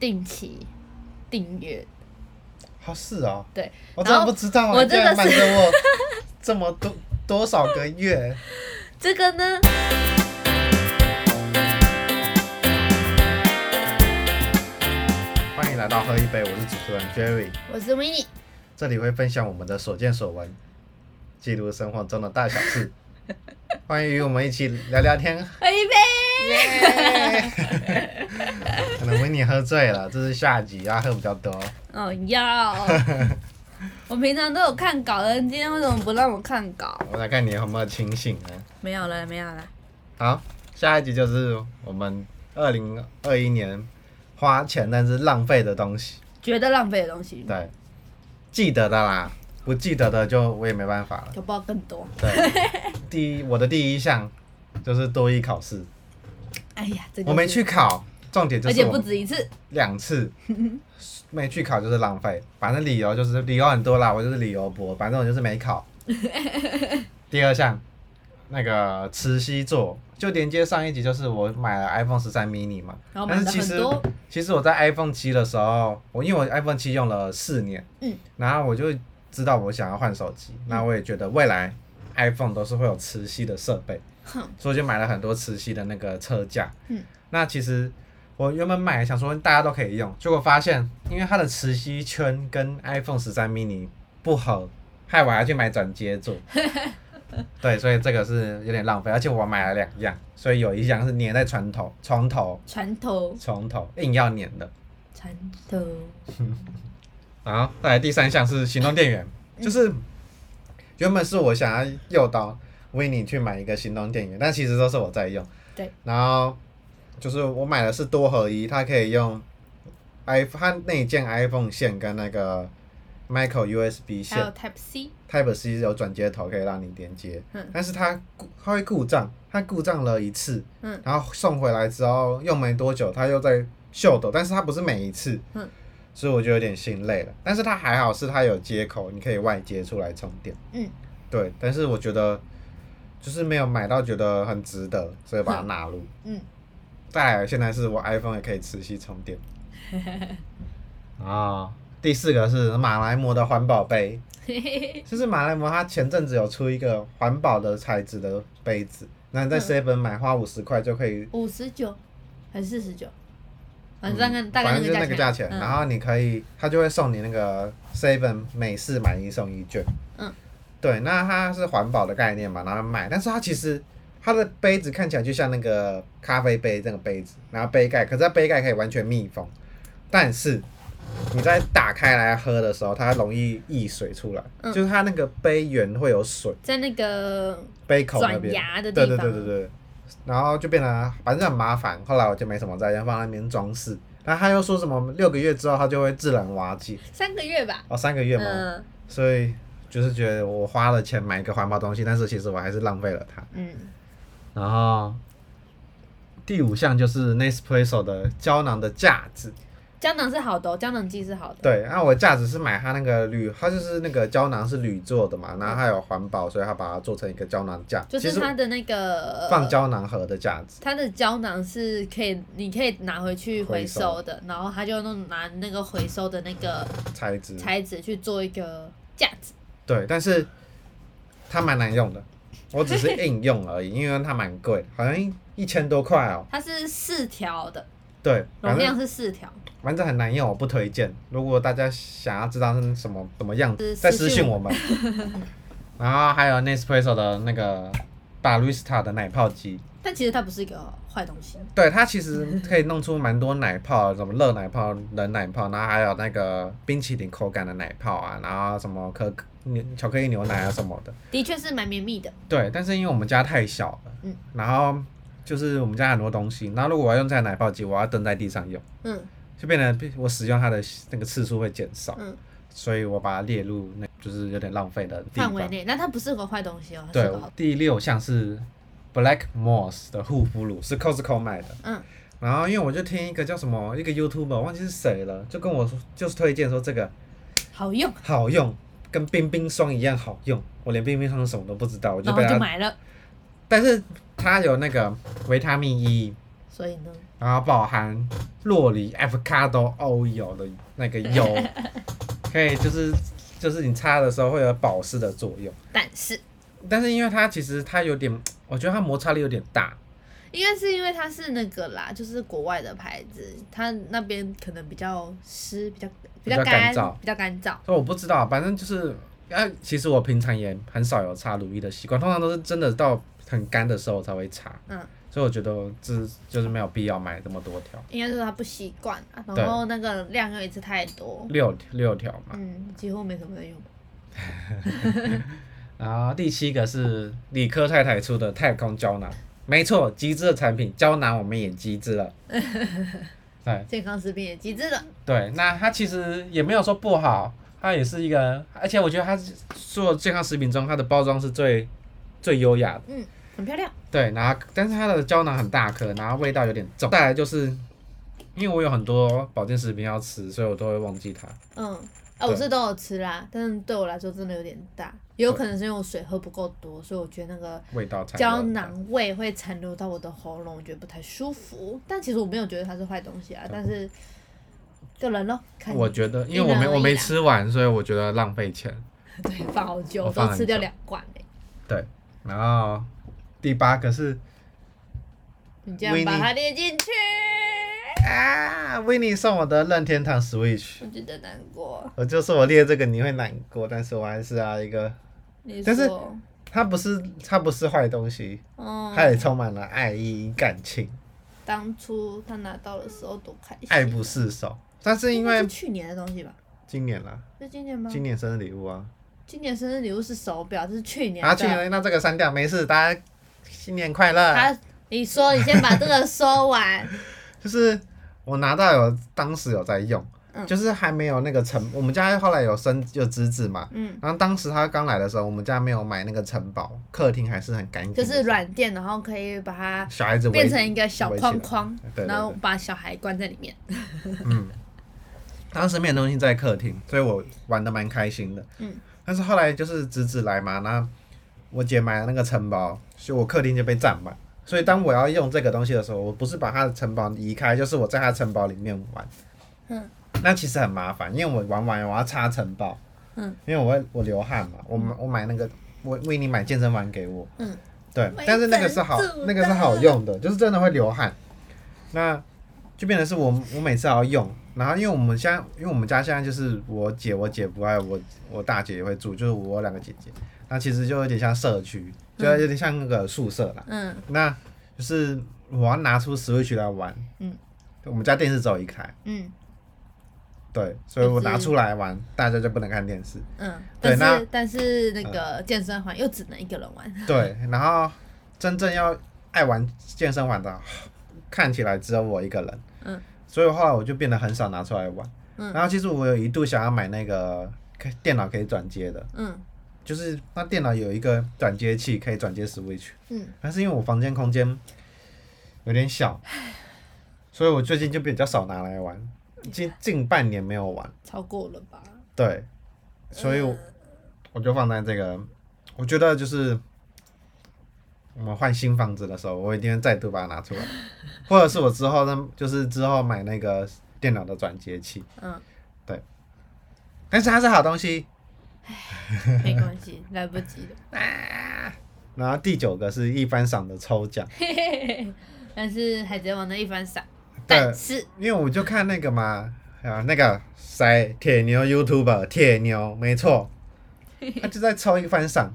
定期订阅。他是啊，对，我真然的后不知道啊，我你居这然个瞒是着我 这么多多少个月，这个呢，欢迎来到喝一杯，我是主持人 Jerry，我是 w i n n i 这里会分享我们的所见所闻，记录生活中的大小 事，欢迎与我们一起聊聊天。喝一杯。可能维尼喝醉了，这是下集，啊他喝比较多。 哦要， 我平常都有看稿的，你今天为什么不让我看稿？我来看你有没有清醒呢？没有了，没有了。好，下一集就是我们二零二一年花钱但是浪费的东西。觉得浪费的东西，对，记得的啦，不记得的就我也没办法了。有不知道更多。 对，第一我的第一项就是多一考试，哎呀，这就是我没，去考，重点就而是且我不止一次。两次没去考就是浪费，反正理由就是理由很多啦，我就是理由博，反正我就是没 考。第二项，那个磁吸座，就连接上一集，就是我买了 iPhone 十三 mini 嘛，然后但买是了其很实多，其实我在 iPhone 七的时候，我因为我 iPhone 七用了四年，嗯，然后我就知道我想要换手机，那我也觉得未来 iPhone 都是会有磁吸的设备，哼，所以我就买了很多磁吸的那个车架，嗯，那其实我原本买想说大家都可以用，结果发现因为它的磁吸圈跟 iPhone 十三 mini 不合，害我还去买转接座。对，所以这个是有点浪费，而且我买了两样，所以有一样是粘在床头、床头、船头，床头，硬要粘的。船头，然后再来第三项是行动电源，嗯就是原本是我想要诱导维尼去买一个行动电源，但其实都是我在用。对。然后就是我买的是多合一，它可以用 iPhone 它内建 iPhone 线跟那个 micro USB 还有线 Type C， ，Type C 有转接头可以让你连接，嗯但是它故它会故障，它故障了一次，嗯然后送回来之后用没多久，它又在秀抖，但是它不是每一次，嗯所以我就有点心累了。但是它还好是它有接口，你可以外接出来充电，嗯，对。但是我觉得就是没有买到，觉得很值得，所以把它嗯纳入。 嗯，再来，现在是我 iPhone 也可以持续充 电。啊、第四个是马来貘的环保杯，嘿嘿嘿，就是马来貘，它前阵子有出一个环保的材质的杯子，那你嗯在 Seven 买花五十块就可以，五十九还是四十九？反嗯正大概大反概正就是那那个个价价钱，嗯然后你可以，它就会送你那个 Seven 美式买一送一券。嗯，对，那它是环保的概念嘛，然后买，但是它其实它的杯子看起来就像那个咖啡杯那个杯子，然后杯盖，可是它杯盖可以完全密封，但是你在打开来喝的时候，它容易溢水出来，嗯就是它那个杯缘会有水。在那个杯口那转边牙的地对对方对对对，然后就变得反正很麻烦。后来我就没什么在用，放在那边装饰。然后他又说什么六个月之后它就会自然瓦解，三个月吧，哦，三个月吗？嗯所以就是觉得我花了钱买一个环保东西，但是其实我还是浪费了它。嗯，然后第五项就是 Nespresso 的胶囊的架子，胶囊是好的哦，胶囊剂是好的，对，然后我架子是买它那个铝，它就是那个胶囊是铝做的嘛，然后它有环保，所以它把它做成一个胶囊架，就其是实它的那个放胶囊盒的架子。它的胶囊是可以，你可以拿回去回收的，然后它就弄拿那个回收的那个材质，材质去做一个架子。对，但是它蛮难用的，我只是应 用而已，因为它蛮贵，好像一一千多块哦。它是四条的，对，容反量正是四条。反正很难用，我不推荐。如果大家想要知道是什么怎么样是，再私私信讯我们。 然后还有 Nespresso 的那个 Barista 的奶泡机，但其实它不是一个坏东西，对它其实可以弄出蛮多奶泡，什么热奶泡、冷奶泡，然后还有那个冰淇淋口感的奶泡啊，然后什么可牛巧克力牛奶啊什么的。的确是蛮绵密的。对，但是因为我们家太小了，嗯然后就是我们家很多东西，然后如果我要用这台奶泡机，我要蹲在地上用，嗯就变得我使用它的那个次数会减少，嗯，所以我把它列入那就是有点浪费的地范围方。内，那它不是个坏东西哦，它是对个好。，第六项是 Black Moss 的护肤乳，是 Costco 买的。嗯然后因为我就听一个叫什么一个 YouTuber 我忘记是谁了，就跟我说就是推荐说这个好用，好用，跟冰冰霜一样好用。我连冰冰霜是什么都不知道，我就然被后他就买了。但是它有那个维他命 E，所以呢，然后饱含洛梨、avocado、oil 的那个油，可以就是就是你擦的时候会有保湿的作用。但是但是因为它其实它有点，我觉得它摩擦力有点大，应该是因为它是那个啦，就是国外的牌子，它那边可能比较湿，比较比较比较干干燥，比较干燥。所以我不知道，反正就是，啊，其实我平常也很少有擦乳液的习惯，通常都是真的到很干的时候才会擦，嗯，所以我觉得这就是没有必要买这么多条，应该是它不习惯啊，对然后那个量又一次太多，六六条嘛。嗯，几乎没什么人用。然后第七个是理科太太出的太空胶囊，没错，极致的产品胶囊我们也极致 了。对健康食品也极致了，对，那它其实也没有说不好，它也是一个，而且我觉得它是做健康食品中，它的包装是最最优雅的。很漂亮。对，然后但是它的胶囊很大颗，然后味道有点重。再来就是，因为我有很多保健食品要吃，所以我都会忘记它。嗯，啊，对我是都有吃啦，但是对我来说真的有点大，也有可能是因为我水喝不够多，所以我觉得那个味道才胶囊味会残留到我的喉咙，我觉得不太舒服。但其实我没有觉得它是坏东西啊，但是个人咯，看我你觉得，因为因我人没而我异没啦吃完，所以我觉得浪费钱。 对放好久，我我哦放都很吃掉久两罐欸嘞、对，然后第八个是你这样把它列进去，啊，维尼送我的任天堂 Switch，我觉得难过。我就说我列这个你会难过，但是我还是要一个，你但是说，它不是它不是坏东西，嗯，它也充满了爱意感情，当初他拿到的时候多开心啊，哎爱不释手。但是因应该为是去年的东西吧？今年啦，是今年吗？今年生日礼物啊，今年生日礼物是手表，这是去年的。啊去年那这个删掉没事，大家新年快乐。他，你说你先把这个说 完。就是我拿到有当时有在用，嗯就是还没有那个城，我们家后来有生有侄子嘛，嗯，然后当时他刚来的时候，我们家没有买那个城堡，客厅还是很干净的，就是软垫，然后可以把它小孩子围变成一个小框框围起来对对，对然后把小孩关在里面。嗯，当时没有东西在客厅，所以我玩的蛮开心的，嗯，但是后来就是侄子来嘛，然后我姐买了那个城堡，所以我客厅就被占满。所以当我要用这个东西的时候，我不是把他的城堡移开，就是我在他城堡里面玩。嗯，那其实很麻烦，因为我玩完我要擦城堡，嗯，因为我会我流汗嘛，我买我买那个我为你买健身环给我，嗯，对买，但是那个是好珍珠的那个是好用的，就是真的会流汗，那就变成是我我每次要用，然后因为我们现在因为我们家现在就是我姐我姐夫还有我我大姐也会住，就是我有两个姐姐，那其实就有点像社区，就有点像那个宿舍啦，嗯那就是我要拿出 Switch 来玩，嗯，我们家电视只有一台。嗯对，所以我拿出来玩，大家就不能看电视。嗯。对但那嗯是但是那个健身环又只能一个人玩。 对，然后真正要爱玩健身环的， 看起来只有我一个人。嗯。所以后来我就变得很少拿出来玩。嗯然后其实我有一度想要买那个可以电脑可以转接的，嗯就是那电脑有一个转接器可以转接 Switch，嗯，但是因为我房间空间有点小，所以我最近就比较少拿来玩，近近半年没有玩。超过了吧？对，所以我我就放在这个，我觉得就是我们换新房子的时候，我一定会再度把它拿出来，或者是我之后呢，就是之后买那个电脑的转接器，嗯，但是它是好东西。 啊没关系，来不及了。 然后第九个是一番赏的抽奖，嘿嘿嘿嘿但是海贼王的一番赏，对但，是因为我就看那个嘛，啊，那个谁，铁牛 YouTuber，铁牛，没错，他就在抽一番赏，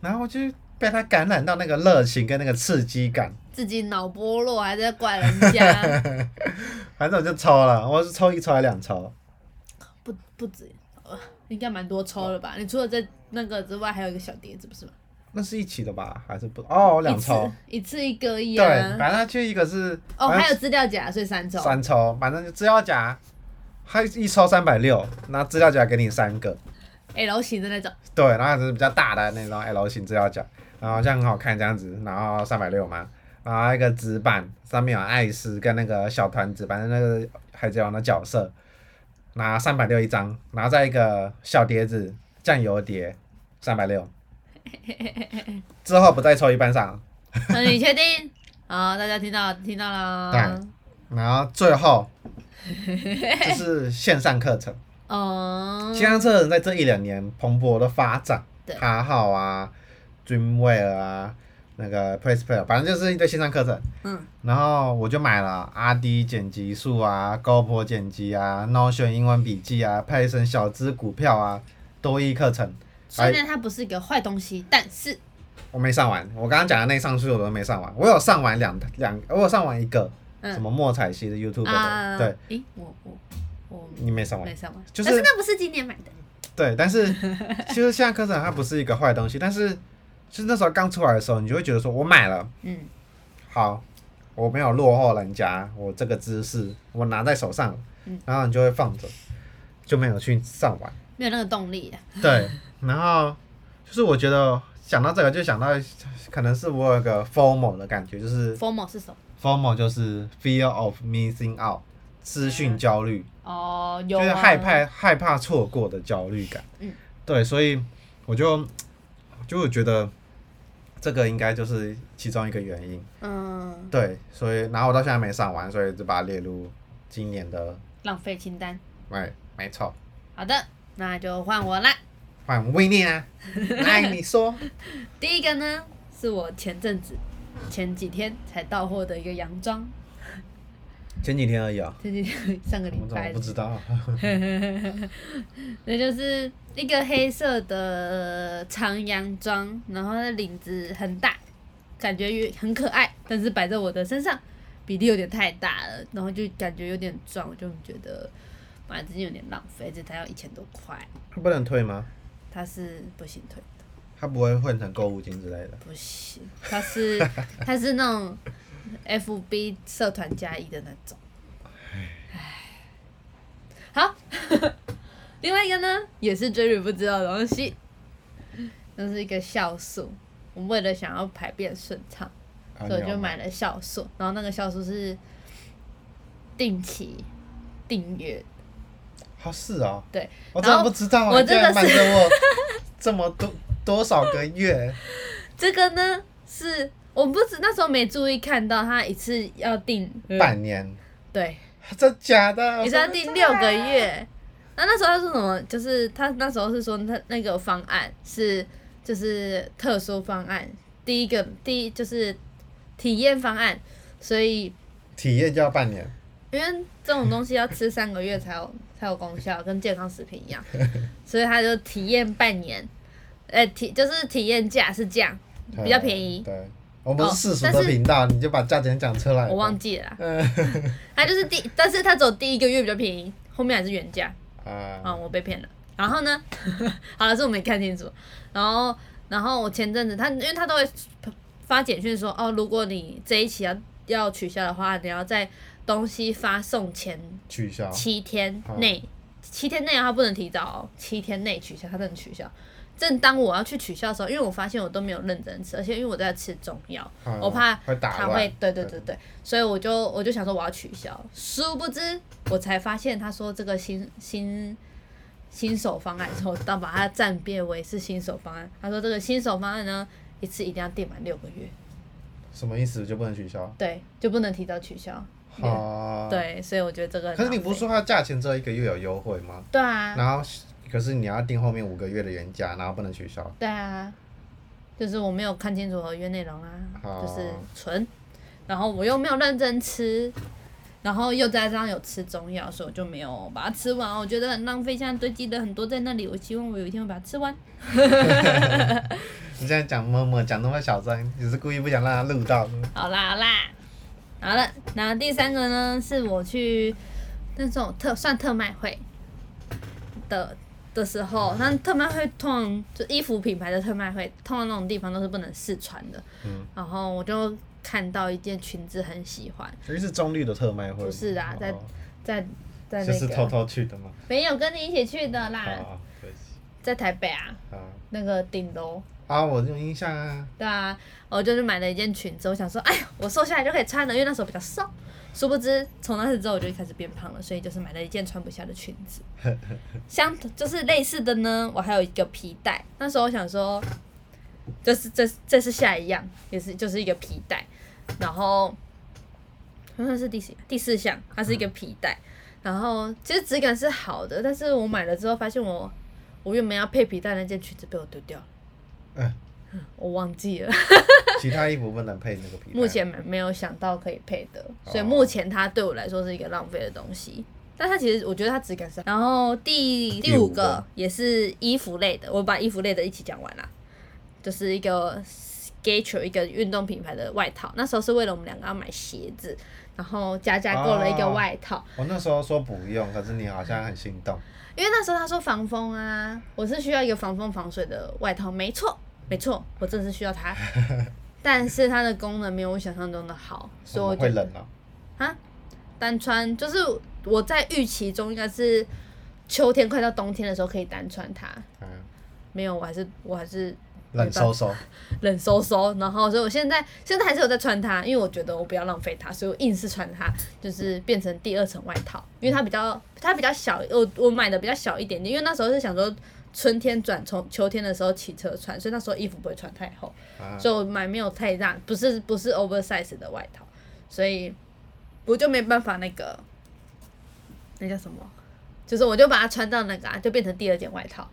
然后我就被他感染到那个热情跟那个刺激感。自己脑波弱还在怪人家， 反正我就抽了，我是抽一抽还两抽，不不止，呃应该蛮多抽了吧？哦你除了这那个之外，还有一个小碟子不是吗？那是一起的吧？还是不？哦，两抽。一次一个亿对，啊。反正就一个是哦，反还有正资料夹，所以三抽。三抽，反正就资料夹，他一抽三百六，那资料夹给你三个， L 型哎的那种，对，然后就是比较大的那种 L 型资料夹，然后这样很好看这样子，然后三百六嘛，然后一个纸板上面有艾斯跟那个小团子，反正那个海贼王的角色，拿三百六一张，然后再一个小碟子酱油碟三百六，之后不再抽一半上，那你确定？ 啊，大家听到听到啦对。然后最后就是线上课程，嗯，线上课程在这一两年蓬勃的发展对，卡号啊，Dreamwear 啊，那个 Place Player，反正就是一堆线上课程。嗯，然后我就买了阿 D 剪辑术啊、高婆剪辑啊、Notion 英文笔记啊、Python 小资股票啊、多益课程，虽然它不是一个坏东西，但是我没上完。我刚刚讲的那上书我都没上完，我有上完两两，我有上完一个、嗯什么莫彩希的 YouTube 的，啊，对，，诶，我我我你没上完没。上完，就是但是那不是今年买的，对，但是其实现在课程它不是一个坏东西，但是就是那时候刚出来的时候，你就会觉得说我买了，嗯，好，我没有落后人家，我这个知识我拿在手上，嗯然后你就会放着，就没有去上完。没有那个动力啊，对，然后就是我觉得想到这个就想到，可能是我有个 formal 的感觉，就是 formal 是什么？ formal 就是 fear of missing out，资讯焦虑，哦，有就是啊害，怕害怕错过的焦虑感。嗯，对，所以我就就我觉得这个应该就是其中一个原因。嗯，对，所以然后我到现在没上完，所以就把它列入今年的，浪费清单。哎，没错，好的，那就换我啦。换威 念啊，来你说，第一个呢，是我前阵子前几天才到货的一个洋装，前几天而已啊、前几天上个礼我怎么拜不，知道？那就是一个黑色的长洋装，然后它的领子很大，感觉很可爱，但是摆在我的身上比例有点太大了，然后就感觉有点壮，我就觉得买这件有点浪费，而且它要一千多块，它不能退吗？它是不行退。它不会混成购物金之类的？不行，他是 他是那种 FB 社团加一的那种。唉，好， 另外一个呢，也是追女不知道的东西，那是一个酵素。我为了想要排便顺畅，啊所以你我就有买了酵素，然后那个酵素是定期订阅，好是哦，对，我真然的后不知道啊，我你竟真然的瞒是着我这么多多少个 月，这个呢是我不止那时候没注意看到，他一次要订半年，对。 哦真假的？也是要订六个月。那那时候他说什么？就是他那时候是说他那个方案是就是特殊方案，第一个第一就是体验方案，所以体验就要半年，因为这种东西要吃三个月才有才有功效，跟健康食品 一样，所以他就体验半年，呃、体就是体验价是这样，比较便宜对，对我们哦是世俗但的是频道，你就把价钱讲出来吧。我忘记了啦，嗯 他就是第，但是他走第一个月比较便宜，后面还是原价，啊、啊，我被骗了。然后呢， 好了，是我没看清楚。然后，然后我前阵子他，因为他都会发简讯说，哦，如果你这一期要要取消的话，你要在东西发送前取消。七天内，七天内啊他不能提早、哦，七天内取消，他不能取消。正当我要去取消的时候，因为我发现我都没有认真吃，而且因为我在吃中药，嗯我怕会打他乱会，对对对对，所以我就我就想说我要取消，殊不知我才发现他说这个新新新手方案之后，当把它暂别为是新手方案。他说这个新手方案呢，一次一定要订满六个月，什么意思就不能取消？对，就不能提早取消。好，。对，所以我觉得这个很哦可是你浪不费是说它价钱只有一个月有优惠吗？对啊，然后，可是你要订后面五个月的原价，然后不能取消。对啊，就是我没有看清楚合约内容啊，哦就是纯，然后我又没有认真吃，然后又加上有吃中药，所以我就没有把它吃完，我觉得很浪费，现在堆积了很多在那里，我希望我有一天会把它吃完。你这样讲默默讲那么小声，你是故意不想让他录到的。好啦好啦，好了，然后第三个呢是我去那种特算特卖会的的时候，那特卖会通常就衣服品牌的特卖会，通常那种地方都是不能试穿的。嗯然后我就看到一件裙子很喜欢，所以是中立的特卖会吗。不是啊在哦在在就那是偷个偷去的吗？没有跟你一起去的啦，啊，对不起在台北啊啊那个顶楼。啊，我有印象啊。对啊，我就去买了一件裙子，我想说，哎，我瘦下来就可以穿了，因为那时候比较瘦。殊不知，从那次之后我就开始变胖了，所以就是买了一件穿不下的裙子。相就是类似的呢，我还有一个皮带。那时候我想说，就是这这是下一样，也是就是一个皮带。然后好像是第四第四项，它是一个皮带，然后其实质感是好的，但是我买了之后发现我我原本要配皮带那件裙子被我丢掉了，嗯，我忘记了， 其他衣服不能配那个皮带。目前没没有想到可以配的，所以哦目前它对我来说是一个浪费的东西。但它其实我觉得它质感是好，然后第第第五五个个也是衣服类的，我把衣服类的一起讲完啦，就是一个 Skechers 一个运动品牌的外套，那时候是为了我们两个要买鞋子，然后佳佳购了一个哦外套，我那时候说不用，可是你好像很心动。因为那时候他说防风啊，我是需要一个防风防水的外套，没错，没错，我真的是需要 它，但是它的功能没有我想象中的好，所以我我们就会冷了、啊，单穿就是我在预期中应该是秋天快到冬天的时候可以单穿它，嗯，没有，我还是我还是冷飕飕。冷飕飕，然后所以我现在现在还是有在穿它，因为我觉得我不要浪费它，所以我硬是穿它，就是变成第二层外套，因为它比较它比较小，我我买的比较小一点点，因为那时候是想说春天转从秋天的时候骑车穿，所以那时候衣服不会穿太厚，啊，所以我买没有太大，不是不是 oversize 的外套，所以我就没办法那个那叫什么，就是我就把它穿到那个、啊，就变成第二件外套，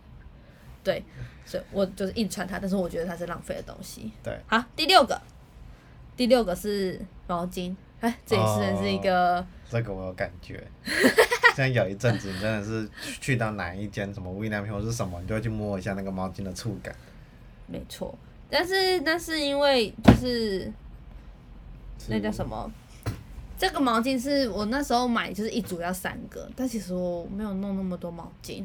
对，所以我就是硬穿它，但是我觉得它是浪费的东西。对，好，第六个，第六个是毛巾，哎，这也是哦是一个、这个我有感 觉。现在有一阵子，你真的是去去到哪一间什么无印良品或是什么，你就会去摸一下那个毛巾的触感，没错，但是那是因为就是那叫什么？么？这个毛巾是我那时候买，就是一组要三个，但其实我没有弄那么多毛巾，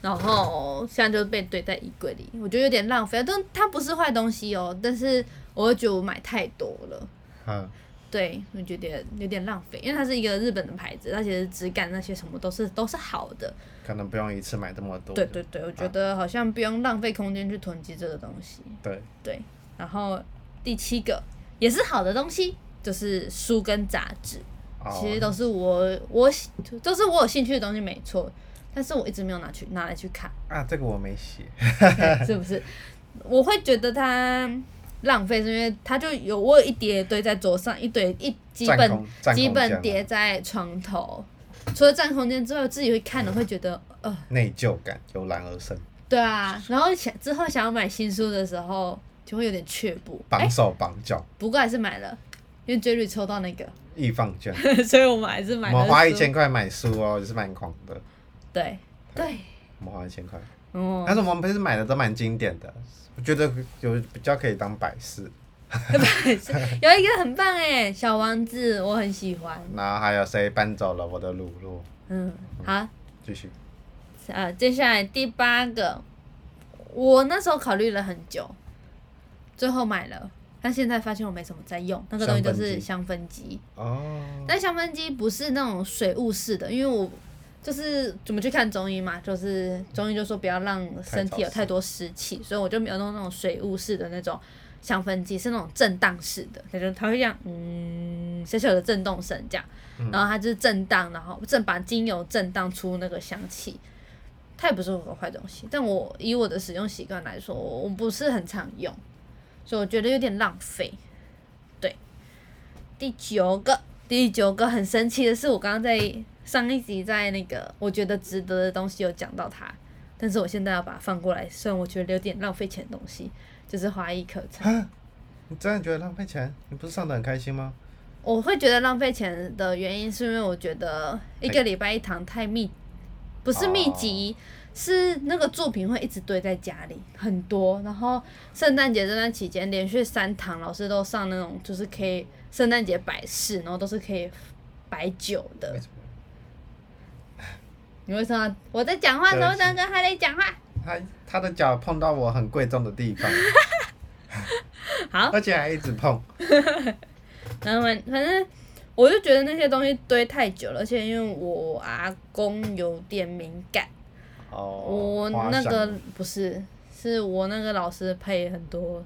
然后现在就被堆在衣柜里，我觉得有点浪费。啊但它不是坏东西哦，但是我会觉得我买太多了，嗯，对，我觉得有点浪费，因为它是一个日本的牌子，它其实质感那些什么都是都是好的。可能不用一次买这么多。对对对，我觉得好像不用浪费空间去囤积这个东西。对，对，然后第七个也是好的东西，就是书跟杂志。哦其实都是我我喜都是我有兴趣的东西，没错。但是我一直没有拿去拿来去看， 啊，这个我没写。对是不是？我会觉得它浪费，是因为它就有我有一叠堆在桌上，一堆一几占本空占几空本间啊叠了在床头。除了占空间之外，自己会看了会觉得，呃，内疚感油然而生，对啊。然后想之后想要买新书的时候，就会有点却步。哎、绑手绑脚，不过还是买了，因为 Jerry 抽到那 个，易放卷。所以我们还是我买了们花一书千块买书哦，也是蛮狂的。对对，我们花一千块，嗯，但是我们不是买的都蛮经典的，我觉得有比较可以当摆饰。 有一个很棒哎，小王子，我很喜欢。然后还有谁搬走了我的乳酪？嗯，好，继续，呃，接下来第八个，我那时候考虑了很久，最后买了，但现在发现我没什么在用，那个东西就是香氛机。哦，但香氛机不是那种水雾式的，因为我就是怎么去看中医嘛，就是中医就说不要让身体有太多湿气，所以我就没有弄那种水雾式的那种香氛机，是那种震荡式的，它就它会这样嗯小小的震动声这样，然后它就是震荡，然后正把精油震荡出那个香气。它也不是个坏东西，但我以我的使用习惯来说，我我不是很常用，所以我觉得有点浪费。对，第九个，第九个很神奇的是，我刚刚在上一集在那个我觉得值得的东西有讲到它，但是我现在要把它放过来，虽然我觉得有点浪费钱的东西，就是花艺课程。你真的觉得浪费钱？你不是上的很开心吗？我会觉得浪费钱的原因，是因为我觉得一个礼拜一堂太密，不是密集，是那个作品会一直堆在家里很多。然后圣诞节这段期间，连续三堂老师都上那种就是可以圣诞节摆饰，然后都是可以摆酒的为。什么？你为什么我在讲话，对怎不起么能跟哈雷讲话？他他的脚碰到我很贵重的地方，啊好，而且还一直碰。然后反反正我就觉得那些东西堆太久了，而且因为我阿公有点敏感。哦，我花那香个不是，是我那个老师配很多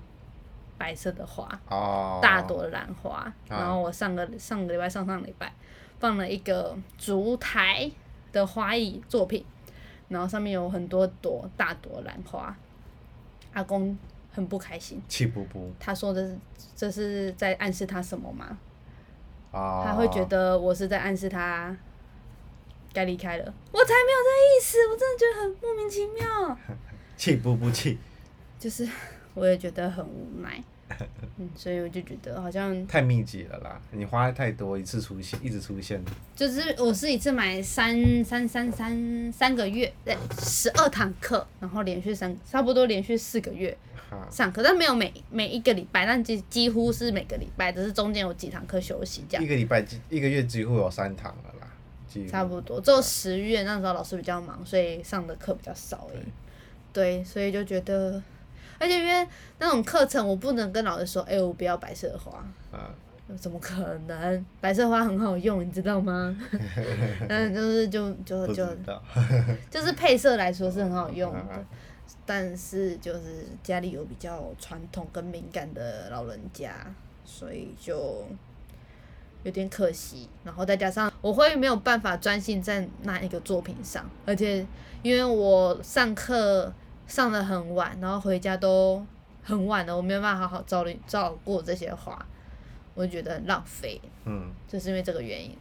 白色的花，哦，啊大朵的兰花。然后我上个上个礼拜、上上礼拜放了一个烛台的花艺作品，然后上面有很多朵大朵兰花。阿公很不开心。气不不他说的是这是在暗示他什么吗？啊，他会觉得我是在暗示他该离开了，我才没有这意思，我真的觉得很莫名其妙。气不不气，就是我也觉得很无奈，嗯，所以我就觉得好像太密集了啦，你花太多，一次出现，一直出现，就是我是一次买三三三三三个月，对，十二堂课，然后连续三差不多连续四个月哈，上课，但没有每每一个礼拜，但几几乎是每个礼拜，只是中间有几堂课休息这样一。个礼拜几一个月几乎有三堂了啦，几乎差不多，只有十月那时候老师比较忙，所以上的课比较少而已。对，所以就觉得，而且因为那种课程，我不能跟老师说，哎、我不要白色花，啊，怎么可能？白色花很好用，你知道吗？ 嗯，就是就就不知就道，就是配色来说是很好用的嗯，但是就是家里有比较传统跟敏感的老人家，所以就有点可惜。然后再加上我会没有办法专心在那一个作品上，而且因为我上课上的很晚，然后回家都很晚了，我没有办法好好照理照顾这些花，我就觉得很浪费。嗯，就是因为这个原因。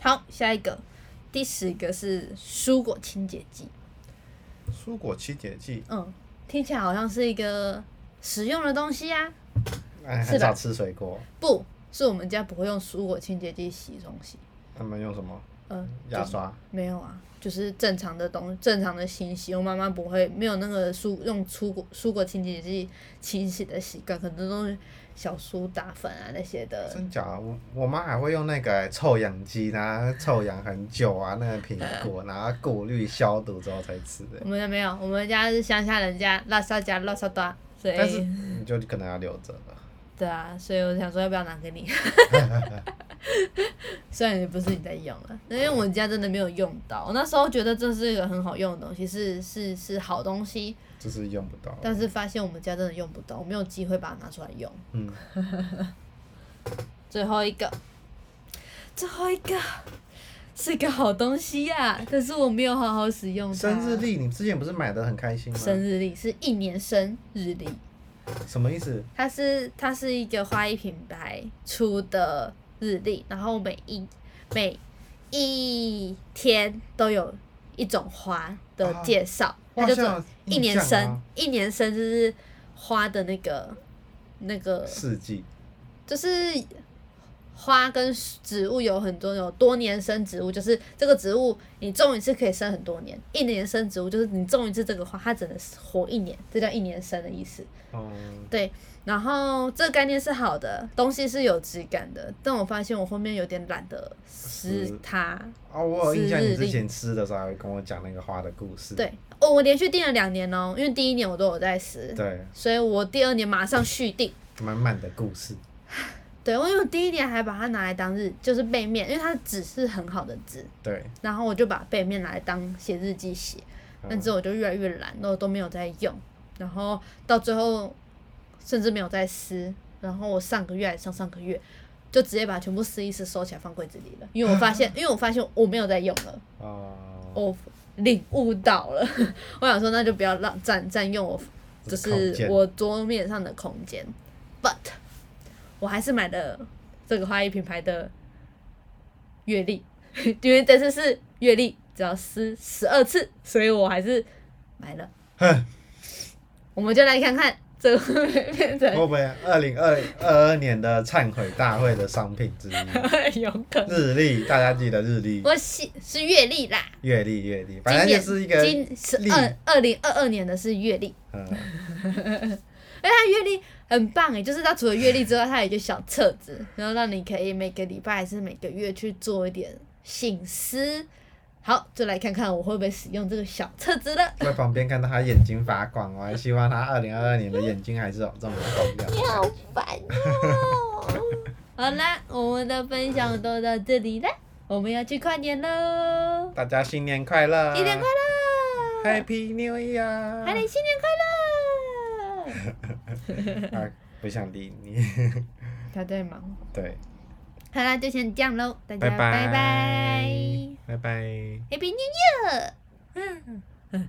好，下一个，第十个是蔬果清洁剂。蔬果清洁剂，嗯，听起来好像是一个实用的东西呀、哎，是很吧少吃水果，不是我们家不会用蔬果清洁剂洗东西。他们用什么？嗯，牙刷，没有啊，就是正常的东，正常的清洗。我妈妈不会没有那个蔬用蔬果蔬果清洁剂清洗的习惯，可能都是小苏打粉啊那些的。真假的？我我妈还会用那个欸臭氧机，然后臭氧很久啊，那个苹果，然后过滤消毒之后才吃的。我们家没有，我们家是乡下人家，拉萨家拉萨多，所以。但是你就可能要留着了。对啊，所以我想说要不要拿给你， 虽然也不是你在用了，因为我们家真的没有用到。我那时候觉得这是一个很好用的东西，是是是好东西，就是用不到。但是发现我们家真的用不到，我没有机会把它拿出来用。嗯， 最后一个，最后一个是个好东西呀、但是我没有好好使用它。生日历你之前不是买的很开心吗？啊生日历是一年生日历，什么意思？它是它是一个花艺品牌出的日历，然后每一每一天都有一种花的介绍，它哦哇叫这样做有一年印象生啊，一年生就是花的那个那个，四季就是花跟植物有很多有多年生植物，就是这个植物你种一次可以生很多年，一年生植物就是你种一次这个花，它只能活一年，这叫一年生的意思。哦，对，然后这个概念是好的，东西是有质感的，但我发现我后面有点懒得撕撕它。哦，我有印象，是日历你之前吃的时候还跟我讲那个花的故事。对，哦，我连续订了两年哦，因为第一年我都有在撕，对，所以我第二年马上续订。满满的故事。对，我因为我第一年还把它拿来当日，就是背面，因为它的纸是很好的纸，对，然后我就把背面拿来当写日记写，但之后我就越来越懒，然后都没有在用，然后到最后甚至没有在撕，然后我上个月还上上个月就直接把全部撕一撕收起来放柜子里了，因为我发现，因为我发现我没有在用了，哦，我领悟到了， 我想说那就不要让占占用我就空是间我桌面上的空间，but 我还是买了这个花艺品牌的月历， 因为这次是月历，只要撕十二次，所以我还是买了。哼，我们就来看看这个会不会变会成不会二零二二二年的忏悔大会的商品 之一？有可能。日历，大家记得日历、我是是月历啦，月历、月历，今反正年就是一个今是历。二二零二二年的是月历，嗯，哎，它月历很棒哎，就是它除了月历之外，它有一个小册子，然后让你可以每个礼拜还是每个月去做一点醒思。好，就来看看我会不会使用这个小册子了。在旁边看到他眼睛发光，我还希望他二零二二年的眼睛还是有这么光亮。好烦 哦！好啦，我们的分享都到这里啦，我们要去跨年喽！大家新年快乐！新年快乐！ ！Happy New 海 Year！磊，新年快乐！啊，不想理你。 他在忙。对，好啦，就先这样喽，大家拜拜拜拜拜。 ，Happy New Year！嗯。